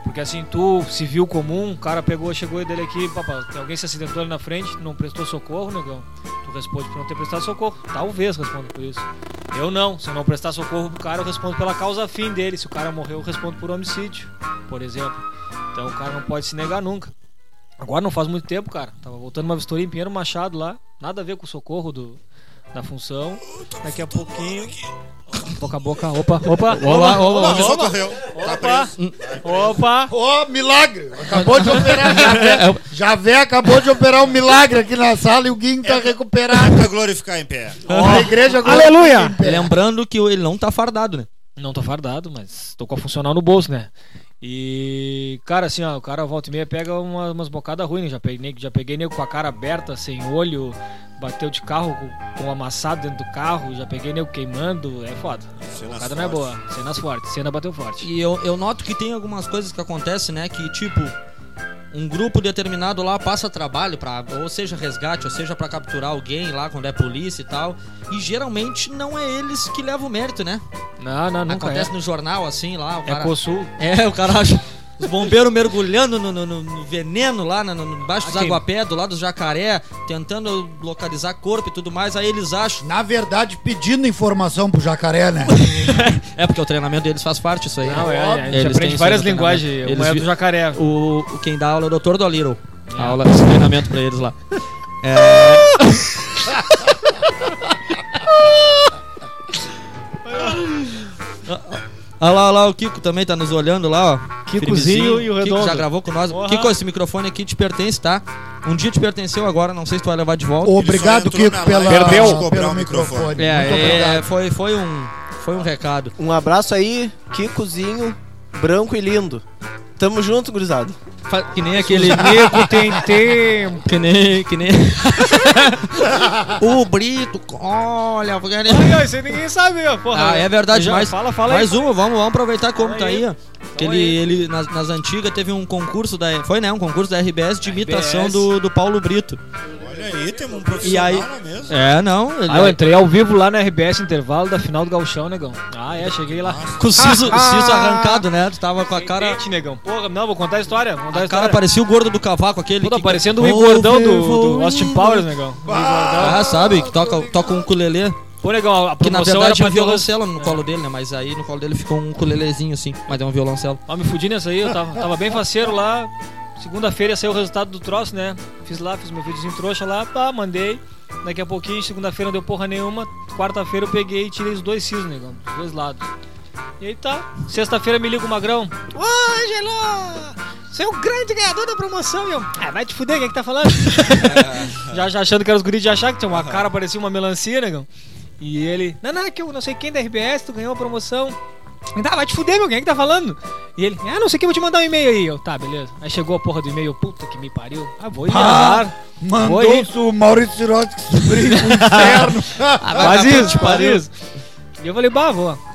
Porque assim, tu, civil comum, o cara pegou, chegou e dele aqui, papá, tem alguém se acidentou ali na frente, não prestou socorro, negão. Tu responde por não ter prestado socorro. Talvez responda por isso. Eu não. Se eu não prestar socorro pro cara, eu respondo pela causa fim dele. Se o cara morreu, eu respondo por homicídio, por exemplo. Então o cara não pode se negar nunca. Agora não faz muito tempo, cara. Tava voltando uma vistoria em Pinheiro Machado lá. Nada a ver com o socorro do, da função. Daqui a pouquinho. Boca a boca. Opa, opa.
Olá, olá.
opa,
socorreu. Tá
opa, opa.
Ô, milagre! Acabou de operar Javé. Javé acabou de operar um milagre aqui na sala e o Guinho tá recuperado.
é Pra glorificar em pé.
A igreja agora.
Aleluia!
É. Lembrando que ele não tá fardado, né?
Não tô fardado, mas tô com a funcional no bolso, né? E, cara, assim, ó, o cara volta e meia pega uma- umas bocadas ruins. né? Já peguei, já peguei nego com a cara aberta, sem olho, bateu de carro com, com amassado dentro do carro, já peguei nego queimando. É foda.
Cenas
Bocada não é
fortes.
boa. Cenas fortes, cena bateu forte.
E eu, eu noto que tem algumas coisas que acontecem, né? Que tipo, um grupo determinado lá passa trabalho para ou seja, resgate, ou seja, pra capturar alguém lá quando é polícia e tal. E geralmente não é eles que levam o mérito, né?
Não, não, nunca
Acontece no jornal assim lá, o
é. É
cara.
Cosul.
É, o cara acha. Os bombeiros mergulhando no, no- no- no veneno lá, na- no, no- embaixo dos
Aqui.
aguapé, do lado do jacaré, tentando localizar corpo e tudo mais, aí eles acham.
Na verdade, pedindo informação pro jacaré, né?
É, porque o treinamento deles faz parte isso aí.
Não,
né?
é, a gente
Eles têm
aprende
isso
várias
no
linguagens.
treinamento.
Uma é
Eles
do
vi-
jacaré.
O, o- quem dá aula é o Dr. Dolittle.
É.
A aula, esse treinamento pra eles lá. É, olha lá, olha lá, o Kiko também tá nos olhando lá, ó.
Kikozinho e o
Kiko já
Redondo.
gravou com nós.
Porra.
Kiko, esse microfone aqui te pertence, tá? Um dia te pertenceu agora, não sei se tu vai levar de volta.
Obrigado,
Ele só entrou
Kiko,
na
pela,
live pra te
pelo
cobrar o
microfone.
microfone.
Muito
É,
obrigado.
é, foi, foi um, foi um recado.
Um abraço aí, Kikozinho, branco e lindo. Tamo junto, gurizada.
Fa- Que nem aquele.
Nego tem tempo.
Que nem. Que nem... o Brito, olha.
Ai, ai, isso aí ninguém sabe, ó. Porra.
Ah, é verdade,
Já
mais,
Fala, fala
mais
aí.
uma, vamos, vamos aproveitar como
Fala
tá aí,
aí.
ó. Que ele,
aí.
ele nas, nas antigas teve um concurso da. Foi, né? Um concurso da RBS de imitação
RBS.
do, do Paulo Brito.
Olha aí, temos um
E
profissional
aí-
na mesa.
É, não. Ele,
Ah, eu entrei ao vivo lá na RBS, intervalo da final do Gauchão, negão. Ah, é, cheguei lá.
com o siso, o siso
Ah!
arrancado, né? Tu tava com a cara.
Dente, negão. Porra, não, vou contar a história. Vou contar a
A
história.
cara parecia o gordo do cavaco, aquele.
Pô, tá
que-
parecendo o
Vou
engordão
ver,
do,
vou
do
ver.
Austin Powers, né, negão.
Ah, sabe? Que toca, toca um ukulele.
Pô, negão, a
Que na
promoção era
verdade tinha
pra
um
ter o
violoncelo no colo dele, né? Mas aí no colo dele ficou um ukulelezinho assim. Mas é um violoncelo.
Ó, me fudi nessa aí, eu tava, tava bem faceiro lá. Segunda-feira ia sair o resultado do troço, né? Fiz lá, fiz meu videozinho trouxa lá, pá, mandei. Daqui a pouquinho, segunda-feira não deu porra nenhuma. Quarta-feira eu peguei e tirei os dois sisos, negão, dos dois lados. E aí tá. Sexta-feira me liga o Magrão. Ô, Angelo! Você é o grande ganhador da promoção, meu. Ah, vai te fuder, quem é que tá falando? já, já achando que era os guris de achar que tinha uma cara, parecia uma melancia, negão. E ele, não, não, é que eu não sei quem da RBS, tu ganhou a promoção. Tá, vai te fuder, meu, quem é que tá falando? E ele, ah, não sei o que, vou te mandar um e-mail aí. Eu, tá, beleza. Aí chegou a porra do e-mail, puta que me pariu. Ah, vou ir azar. Oi.
Mandou o Maurício Sirotsky subir pro inferno.
Faz isso, faz isso. E eu falei, bah, vou. Tu-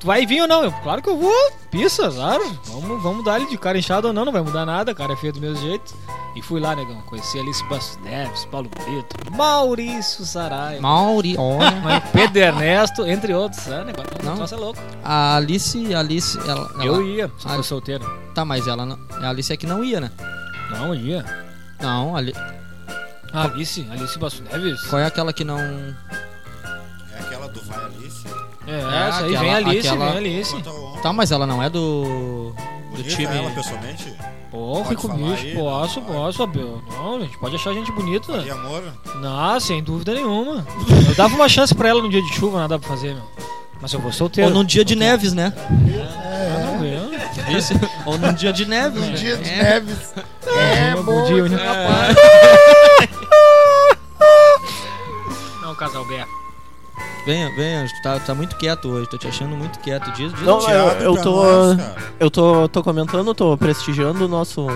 Tu vai vir ou não? Eu, claro que eu vou. Pissa, claro. Vamos, vamos dar ele de cara inchada ou não, não vai mudar nada. Cara é feio do mesmo jeito. E fui lá, negão. Conheci Alice Bastos Neves, Paulo Brito, Maurício Saraiva,
Mauri, olha.
Pedro Ernesto, entre outros. Ah, negócio,
Não.
não. Nossa, é louco.
A Alice, a Alice, ela, ela-
Eu ia, se
Ah.
fosse solteiro.
Tá, mas ela não. A Alice é que não ia, né?
Não, eu ia.
Não, ali,
Ah, Alice, Alice Bastos Neves.
qual é aquela que não.
É aquela do Vai Alice.
É,
É,
essa aí
aquela-
vem Alice,
aquela-
vem Alice.
Quanto ao-
Tá, mas ela não é do. Tá Do
Bonita
time.
é ela pessoalmente?
Pô,
Pode
Rico
falar
Bicho,
aí,
posso,
pode.
posso, Abel. Não, a gente pode achar gente bonita.
E amor?
Então,
Não, sem dúvida nenhuma. Eu dava uma chance pra ela num dia de chuva, nada pra fazer, meu. Mas eu vou solteiro. É,
Ou num dia de neves, né?
Não, eu-
Isso. Ou num dia de neves.
Um
né?
dia de neves. É,
bom
bom.
dia, né? Não, casal Bé.
Venha, venha, tu tá, tá muito quieto hoje, tô te achando muito quieto. Diz, diz.
Não,
um-
Teatro
eu
pra
tô-
nós, cara.
Eu tô, tô comentando, tô prestigiando o nosso,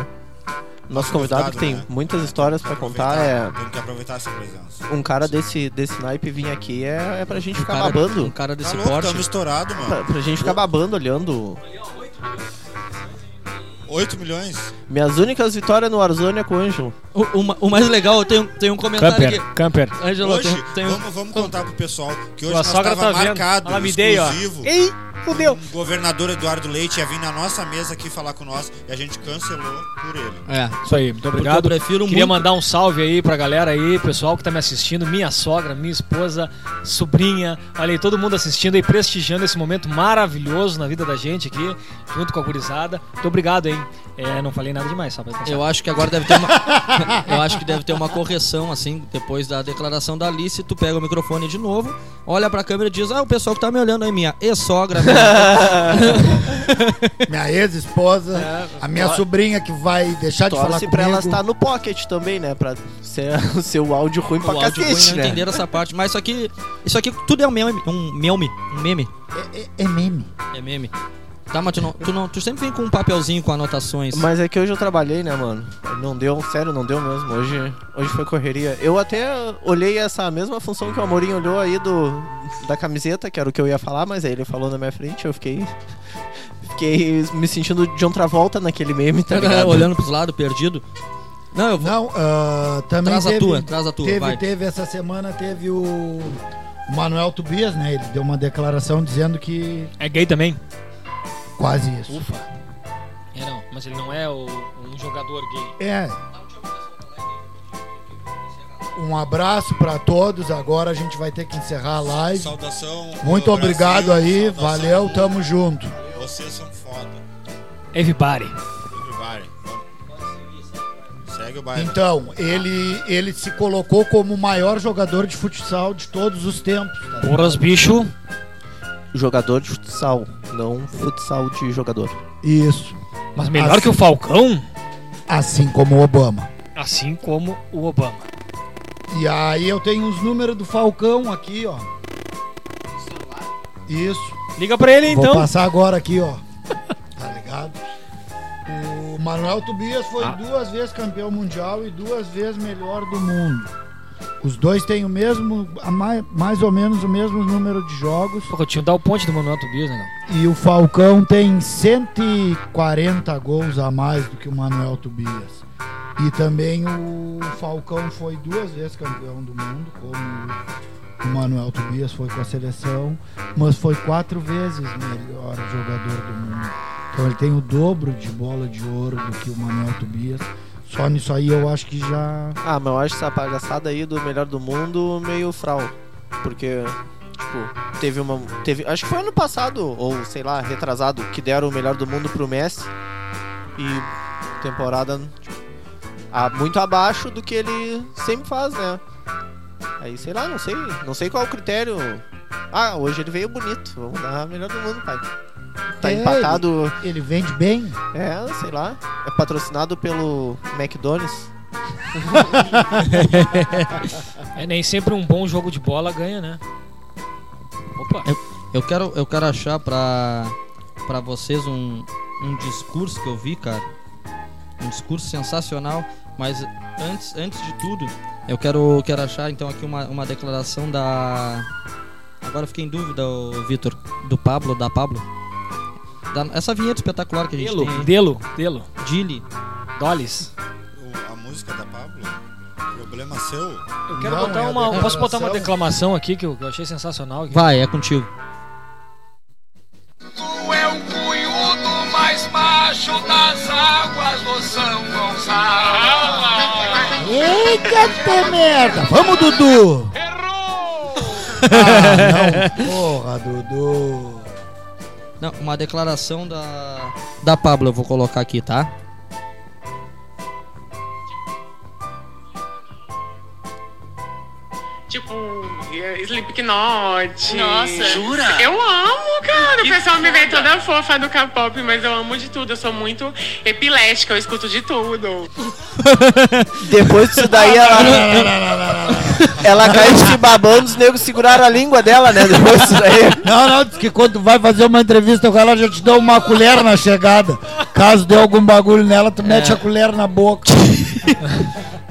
nosso convidado, que tem
convidado, né?
muitas histórias pra contar. É,
Tem que aproveitar essa presença.
um cara desse, desse naipe vir aqui é, é pra gente
um
ficar
cara, um
babando.
cara desse
Tá louco,
porte.
tamo estourado, mano.
Pra, pra gente ficar babando olhando.
8 milhões?
Minhas únicas vitórias no Warzone é com o Ângelo.
tá
O, o- o mais legal, tem, tem um comentário
Camper,
aqui.
camper.
Ângelo,
Hoje,
tem, tem um-
vamos, vamos contar pro pessoal que hoje
Tua
nós
sogra
tava
tá vendo.
marcado,
Ela me dei, ó.
exclusivo.
Ei, fudeu.
O governador Eduardo Leite ia vir na nossa mesa aqui falar com nós e a gente cancelou por ele.
É,
Isso aí, muito
porque
obrigado.
eu prefiro
Queria
muito.
mandar um salve aí pra galera aí, pessoal que tá me assistindo, minha sogra, minha esposa, sobrinha, olha aí, todo mundo assistindo e prestigiando esse momento maravilhoso na vida da gente aqui, junto com a gurizada. Muito obrigado, hein? É, não falei nada demais, só pra passar.
Eu acho que agora deve ter uma. eu acho que deve ter uma correção, assim, depois da declaração da Alice, tu pega o microfone de novo, olha pra câmera e diz, ah, o pessoal que tá me olhando aí, minha ex-sogra. né?" minha-
Minha ex-esposa, a minha sobrinha que vai deixar de falar
Torce pra ela
comigo.
estar no pocket também, né? Pra ser o seu áudio ruim pra
o áudio ruim
cacete,
não
né?
entenderam essa parte. Mas isso aqui. Isso aqui tudo é um meme. Um meme. Um meme.
É, é- é meme.
É meme. Tá, mas tu não, tu não. Tu sempre vem com um papelzinho com anotações.
Mas é que hoje eu trabalhei, né, mano? Não deu, sério, não deu mesmo. Hoje, hoje foi correria. Eu até olhei essa mesma função que o Amorim olhou aí do da camiseta, que era o que eu ia falar, mas aí ele falou na minha frente, eu fiquei fiquei me sentindo de outra volta naquele meme, tá ligado?
Olhando pros lados, perdido. Não, eu vou.
Não, ah, também
Traz a
teve,
tua, traz a tua,
teve,
vai.
teve essa semana, teve o Manuel Tobias, né? Ele deu uma declaração dizendo que
É gay também?
quase isso.
Ufa. É, não, mas ele não é o- um jogador gay.
É. Um abraço pra todos. Agora a gente vai ter que encerrar a live.
Saudação.
Muito
ao
obrigado
Brasil,
aí,
saudação ao
valeu,
mundo.
tamo junto.
Vocês são foda.
Everybody.
Everybody. Segue o baile.
Então, ele, ele se colocou como o maior jogador de futsal de todos os tempos. tá ligado?
Porras, bicho.
Jogador de futsal, não futsal de jogador.
Isso.
Mas melhor
Assim-
que o Falcão,
Assim como o Obama.
assim como o Obama.
E aí eu tenho os números do Falcão aqui, ó. Isso.
Liga pra ele
Vou
então.
passar agora aqui, ó. Tá ligado? O Manuel Tobias foi
Ah.
duas vezes campeão mundial e duas vezes melhor do mundo. Os dois têm o mesmo, a mai- mais ou menos o mesmo número de jogos.
Pô, eu tinha que dar o ponte do Manuel Tobias, né? cara?
E o Falcão tem 140 gols a mais do que o Manuel Tobias. E também o Falcão foi duas vezes campeão do mundo, como o Manuel Tobias foi com a seleção, mas foi quatro vezes melhor jogador do mundo. Então ele tem o dobro de bola de ouro do que o Manuel Tobias. Só nisso aí eu acho que já.
Ah, mas eu acho essa palhaçada aí do melhor do mundo meio fral. Porque, tipo, teve uma. Teve, acho que foi ano passado, ou sei lá, retrasado, que deram o melhor do mundo pro Messi. E temporada tipo, a- muito abaixo do que ele sempre faz, né? Aí, sei lá, não sei. Não sei qual é o critério. Ah, hoje ele veio bonito. Vamos dar o melhor do mundo, pai. Tá
É,
empatado.
Ele vende bem.
É, sei lá. É patrocinado pelo McDonald's.
É nem sempre um bom jogo de bola ganha, né? Opa.
Eu quero, eu quero achar pra, pra vocês um, um discurso que eu vi, cara. Um discurso sensacional. Mas antes, antes de tudo, eu quero, quero achar então aqui uma, uma declaração da. Agora eu fiquei em dúvida, ô, Vitor. Do Pablo, da Pablo. Da- essa vinheta espetacular que a gente
Delo,
tem.
Delo, Delo,
aí. Dili.
Dolis.
Então-
O- A música da Pablo? Problema seu?
Eu quero
Não, é
botar
a
uma. Posso
declaração.
botar uma declamação aqui que eu, que eu achei sensacional. aqui.
Vai, é contigo.
Tu é o cunhudo mais macho das águas do São Gonçalo.
Eita merda! Vamos, Dudu!
Errou!
Ah, não! Porra, Dudu!
Não, uma declaração da. Da Pablo, eu vou colocar aqui, tá?
Tipo, Slipknot.
Nossa. Jura?
Eu amo, cara. O
Que
pessoal me vê
foda.
toda fofa do K-pop, mas eu amo de tudo. Eu sou muito epilética, eu escuto de tudo.
Depois disso daí ela, ela caiu se babando, os negros seguraram a língua dela, né? Depois disso daí.
Não, não, diz que quando vai fazer uma entrevista com ela, já te dá uma colher na chegada. Caso dê algum bagulho nela, tu mete a colher na boca.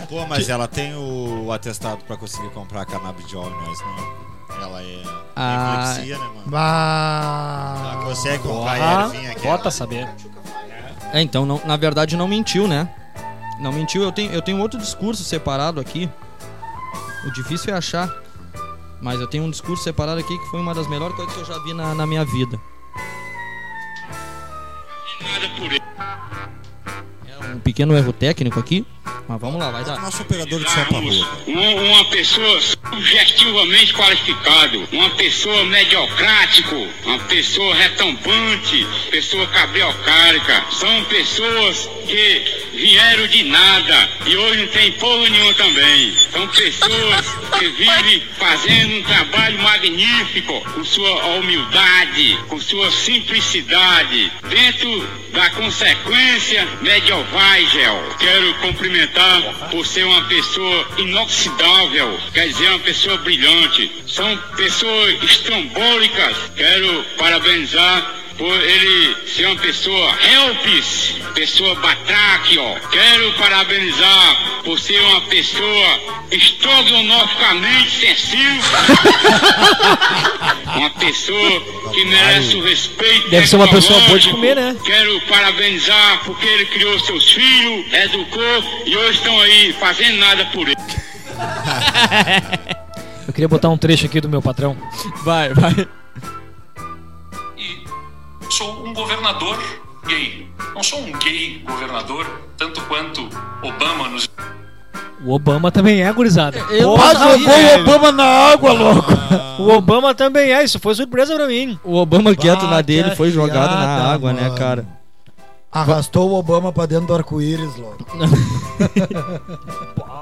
Pô, mas ela tem o atestado pra conseguir comprar canabidiol, nós não. Ela é
Ah.
epilepsia, né, mano?
Bah.
Ela consegue comprar
Ah,
a ervinha aqui.
bota saber.
É, então, não- na verdade não mentiu, né? Não mentiu, eu tenho, eu tenho outro discurso separado aqui. O difícil é achar. Mas eu tenho um discurso separado aqui que foi uma das melhores coisas que eu já vi na, na minha vida. É um pequeno erro técnico aqui, mas vamos lá, vai
O
dar.
nosso operador de som pra boca.
Uma, um, uma pessoa subjetivamente qualificada, uma pessoa mediocrático, uma pessoa retombante, pessoa cabriocárica. São pessoas que vieram de nada e hoje não tem porra nenhuma também. São pessoas que vivem fazendo um trabalho magnífico com sua humildade, com sua simplicidade, dentro da consequência mediovagem. Quero cumprimentar por ser uma pessoa inoxidável, quer dizer, uma pessoa brilhante. São pessoas estrambólicas. Quero parabenizar por ele ser uma pessoa helpis, pessoa batraque, ó. Quero parabenizar por ser uma pessoa estrogonoficamente sensível. uma pessoa que merece o respeito.
Deve ser uma pessoa boa de
tecnológico.
comer, né?
Quero parabenizar porque ele criou seus filhos, educou e hoje estão aí fazendo nada por ele.
Eu queria botar um trecho aqui do meu patrão.
Vai, vai.
e sou um governador gay. Não sou um gay governador, tanto quanto Obama nos
O Obama também é gurizada.
Eu-
Porra,
Mas jogou o Obama na água, louco!
o Obama também é, isso foi surpresa pra mim.
O Obama quieto na dele
que
foi jogado na
piada,
água, né,
mano.
cara?
Arrastou o Obama pra dentro do arco-íris, louco.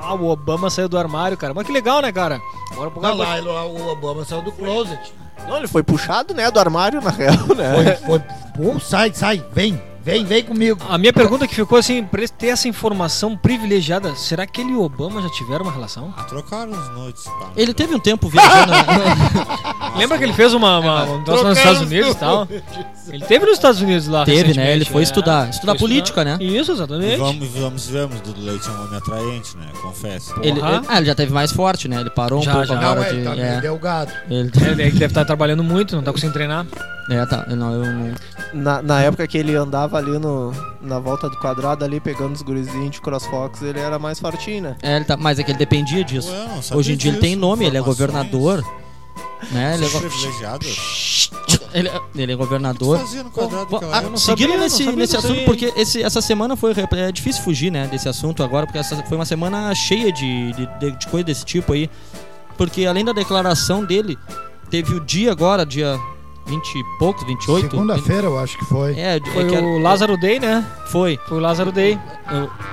Ah, o Obama saiu do armário, cara. Mas que legal, né, cara? Agora pro
Não,
cara.
lá, lá, o Obama saiu do closet.
Não, ele foi puxado, né, do armário, na real,
Foi,
né?
foi. Pô, sai, sai, vem, vem, vem comigo.
A minha pergunta que ficou assim, pra ele ter essa informação privilegiada, será que ele e o Obama já tiveram uma relação?
Ah, trocaram as noites, pá.
Ele teve um tempo viajando. né?
Lembra que ele fez uma, uma, um troço nos Estados Unidos e tal? Ele teve nos Estados Unidos lá.
teve, né?
recentemente, é.
Ele foi estudar. Estudar
Foi
política, né?
Isso,
E
exatamente.
Vamos, vamos, vamos, Dudu Leite é um homem atraente, né? Confesso.
Ele,
Porra.
ele- ah, ele já teve mais forte, né? Ele parou
Já,
um pouco
já.
agora
Não, é,
de.
tá
é.
meio delgado.
Ele-
É, Ele deve estar trabalhando muito, não tá conseguindo treinar.
É, tá. Não, eu não.
Na, na época que ele andava ali no, na volta do quadrado, ali pegando os gurizinhos de crossfox, ele era mais fortinho, né?
É, ele tá, mas é que ele dependia disso.
Ué, eu não sabia
Hoje em dia ele tem
disso.
nome, ele é
Informações.
governador. Né? Ele é,
Vocês
go-
privilegiados? O
ele é- ele é
que você
governador.
fazia no quadrado
Bom,
daquela
ah,
época? Eu não
seguindo
sabia, não
nesse,
sabia
nesse
disso
assunto,
aí.
porque esse- essa semana foi. É difícil fugir, né? Desse assunto agora, porque essa foi uma semana cheia de, de, de- de coisa desse tipo aí. Porque além da declaração dele, teve o dia agora, dia 20 e poucos, 28.
Segunda-feira, eu acho que foi.
É, é
Foi
que era-
o Lázaro Day, né?
Foi.
Foi o Lázaro Day.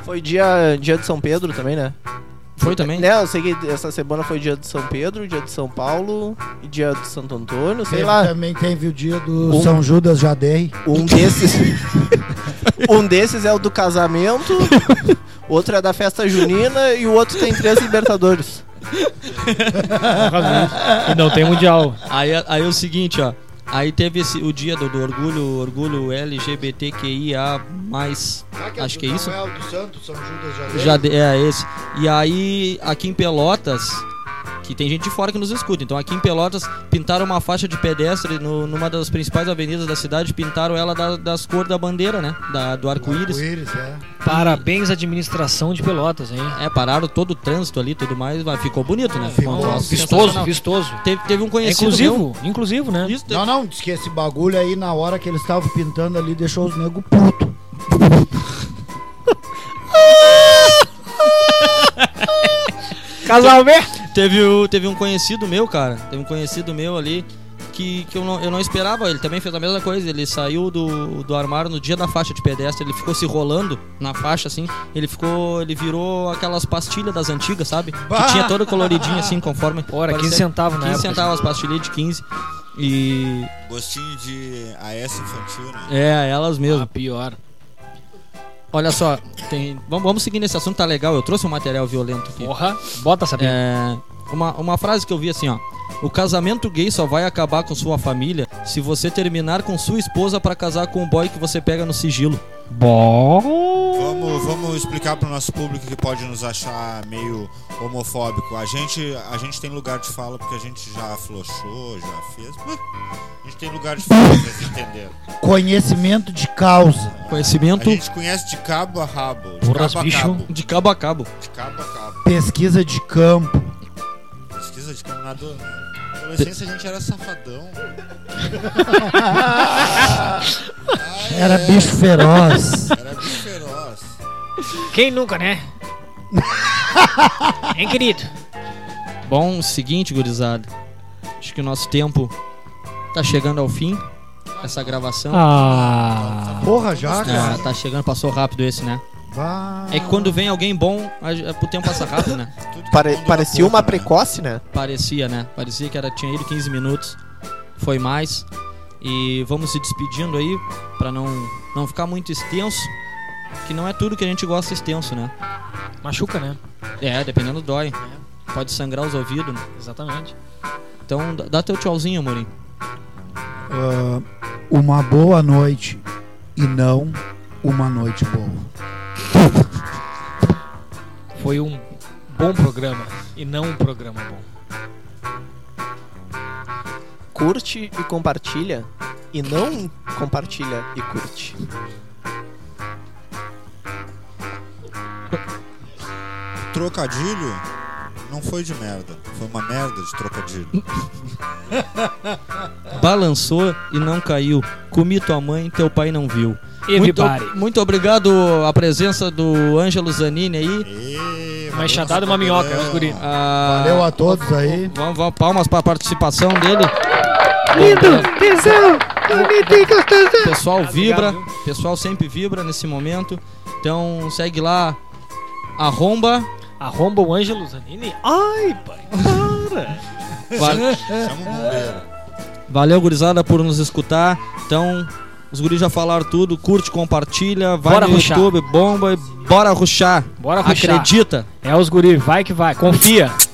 Foi dia, dia de São Pedro também, né?
Foi também?
Né, eu sei que essa semana foi dia de São Pedro, dia de São Paulo, e dia de Santo Antônio, sei
Teve-
lá.
Também teve o dia do
Um-
São Judas Jadei.
Um desses. um desses é o do casamento, outro é da festa junina e o outro tem três Libertadores.
E não tem mundial.
Aí, aí é o seguinte, ó. Aí teve esse, o dia do, do orgulho, orgulho LGBTQIA, acho que é isso.
Noel do Santo, São Judas Jadei.
Já de- é esse. E aí, aqui em Pelotas, que tem gente de fora que nos escuta, então aqui em Pelotas pintaram uma faixa de pedestre no- numa das principais avenidas da cidade, pintaram ela da- das cores da bandeira, né? Da, do arco-íris.
Arco-íris, é.
Parabéns, administração de Pelotas, hein?
É, pararam todo o trânsito ali e tudo mais, mas ficou bonito, né?
Ficou
um troço
Vistoso,
sensacional.
vistoso.
Teve, teve um
É
conhecido
inclusivo, inclusivo, né?
meu- Isso,
Não, não, diz que esse bagulho aí, na hora que eles estavam pintando ali, deixou os nego puto.
Casamento!
Teve, o- teve um conhecido meu, cara. Teve um conhecido meu ali que, que eu, não, eu não esperava. Ele também fez a mesma coisa. Ele saiu do, do armário no dia da faixa de pedestre. Ele ficou se rolando na faixa, assim. Ele ficou. Ele virou aquelas pastilhas das antigas, sabe?
Bah!
Que tinha todo coloridinho, assim, conforme.
Ora,
parecia
15 centavos na
15
época.
centavos as pastilhas de 15. E.
Gostinho de AS infantil, né?
É, elas mesmo.
pior.
Olha só, tem, vamos, vamos seguir nesse assunto, tá legal. Eu trouxe um material violento aqui.
Porra, bota essa é.
É, uma, uma frase que eu vi assim, ó. O casamento gay só vai acabar com sua família se você terminar com sua esposa pra casar com o boy que você pega no sigilo.
Bom.
vamos, vamos explicar para o nosso público que pode nos achar meio homofóbico. A gente, a gente tem lugar de fala porque a gente já aflochou, já fez. Hum, A gente tem lugar de fala, vocês entenderam.
Conhecimento de causa.
A
Conhecimento
gente conhece de cabo a rabo. De
Porras,
cabo a
bicho.
cabo.
de cabo a cabo.
De cabo a cabo.
Pesquisa de campo.
Pesquisa de caminhador. Na adolescência a gente era safadão.
Era bicho feroz.
Era bem feroz.
Quem nunca, né? hein, querido?
Bom, seguinte, gurizada. Acho que o nosso tempo tá chegando ao fim. Essa gravação.
Ah.
Porra, já,
Ah,
cara.
tá chegando, passou rápido esse, né?
Bah.
É que quando vem alguém bom, a ge- o tempo passa rápido, né?
Tudo que
Pare-
todo mundo
parecia
era
uma
pouco, né?
precoce, né?
Parecia, né? Parecia que era, tinha ido 15 minutos. Foi mais. E vamos se despedindo aí, pra não, não ficar muito extenso. Que não é tudo que a gente gosta extenso, né?
Machuca, né?
É, dependendo dói. Pode sangrar os ouvidos. né?
Exatamente.
Então dá- dá teu tchauzinho, Amorim.
Ah, uma boa noite e não uma noite boa.
Foi um bom programa e não um programa bom.
Curte e compartilha. E não compartilha e curte.
Trocadilho não foi de merda. Foi uma merda de trocadilho.
Balançou e não caiu. Comi tua mãe, teu pai não viu. Muito,
Everybody.
muito obrigado à presença do Ângelo Zanini aí.
Ê,
Uma
valeu,
enxadada e uma
nosso
minhoca, né,
programa.
os guri.
Ah,
Valeu a todos aí.
Vamos, vamos, palmas para a participação dele. O pessoal vibra,
Obrigado,
o pessoal sempre vibra nesse momento. Então segue lá, arromba.
Arromba o Ângelo Zanini. Ai, pai, para.
Va-
Chama o bombeiro.
Valeu, gurizada, por nos escutar. Então, os guris já falaram tudo. Curte, compartilha, vai
Bora
no
ruxar.
YouTube, bomba e bora ruxar.
Bora ruxar.
Acredita.
É os guri, vai que vai. Confia.